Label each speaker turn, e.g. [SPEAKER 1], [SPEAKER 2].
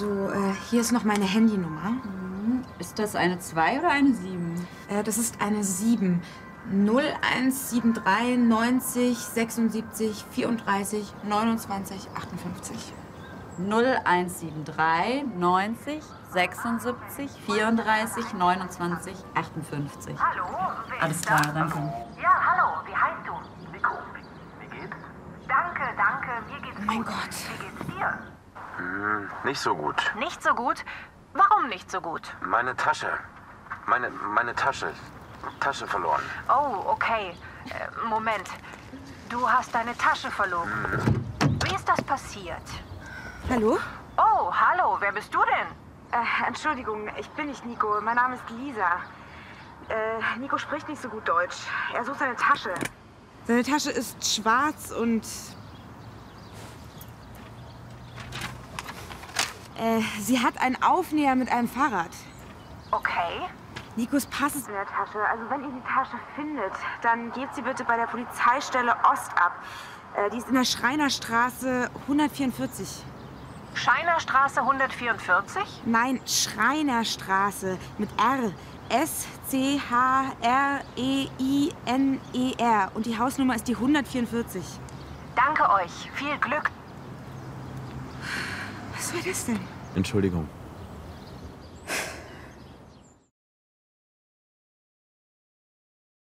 [SPEAKER 1] äh, Hier ist noch meine Handynummer.
[SPEAKER 2] Ist das eine 2 oder eine 7?
[SPEAKER 1] Äh, das ist eine 7. 0173 90 76 34 29 58.
[SPEAKER 2] 0173 90 76 34 29 58.
[SPEAKER 3] Hallo, wer
[SPEAKER 2] Alles
[SPEAKER 3] ist
[SPEAKER 2] klar,
[SPEAKER 3] da?
[SPEAKER 2] danke.
[SPEAKER 3] Ja, hallo, wie heißt du? Nico. Mir geht's? Danke, danke, mir geht's
[SPEAKER 1] Mein
[SPEAKER 3] gut.
[SPEAKER 1] Gott.
[SPEAKER 3] Wie geht's dir?
[SPEAKER 4] Nicht so gut.
[SPEAKER 3] Nicht so gut? Warum nicht so gut?
[SPEAKER 4] Meine Tasche. Meine, meine Tasche. Tasche verloren.
[SPEAKER 3] Oh, okay. Äh, Moment. Du hast deine Tasche verloren. Wie ist das passiert?
[SPEAKER 5] Hallo?
[SPEAKER 3] Oh, hallo, wer bist du denn?
[SPEAKER 5] Äh, Entschuldigung, ich bin nicht Nico. Mein Name ist Lisa. Äh, Nico spricht nicht so gut Deutsch. Er sucht seine Tasche. Seine Tasche ist schwarz und. Äh, sie hat einen Aufnäher mit einem Fahrrad.
[SPEAKER 3] Okay.
[SPEAKER 5] Nikos Pass ist in der Tasche. Also wenn ihr die Tasche findet, dann gebt sie bitte bei der Polizeistelle Ost ab. Äh, die ist in der Schreinerstraße 144.
[SPEAKER 3] Scheinerstraße 144?
[SPEAKER 5] Nein, Schreinerstraße mit R. E S-C-H-R-E-I-N-E-R. E Und die Hausnummer ist die 144.
[SPEAKER 3] Danke euch. Viel Glück.
[SPEAKER 5] Was war das denn?
[SPEAKER 4] Entschuldigung.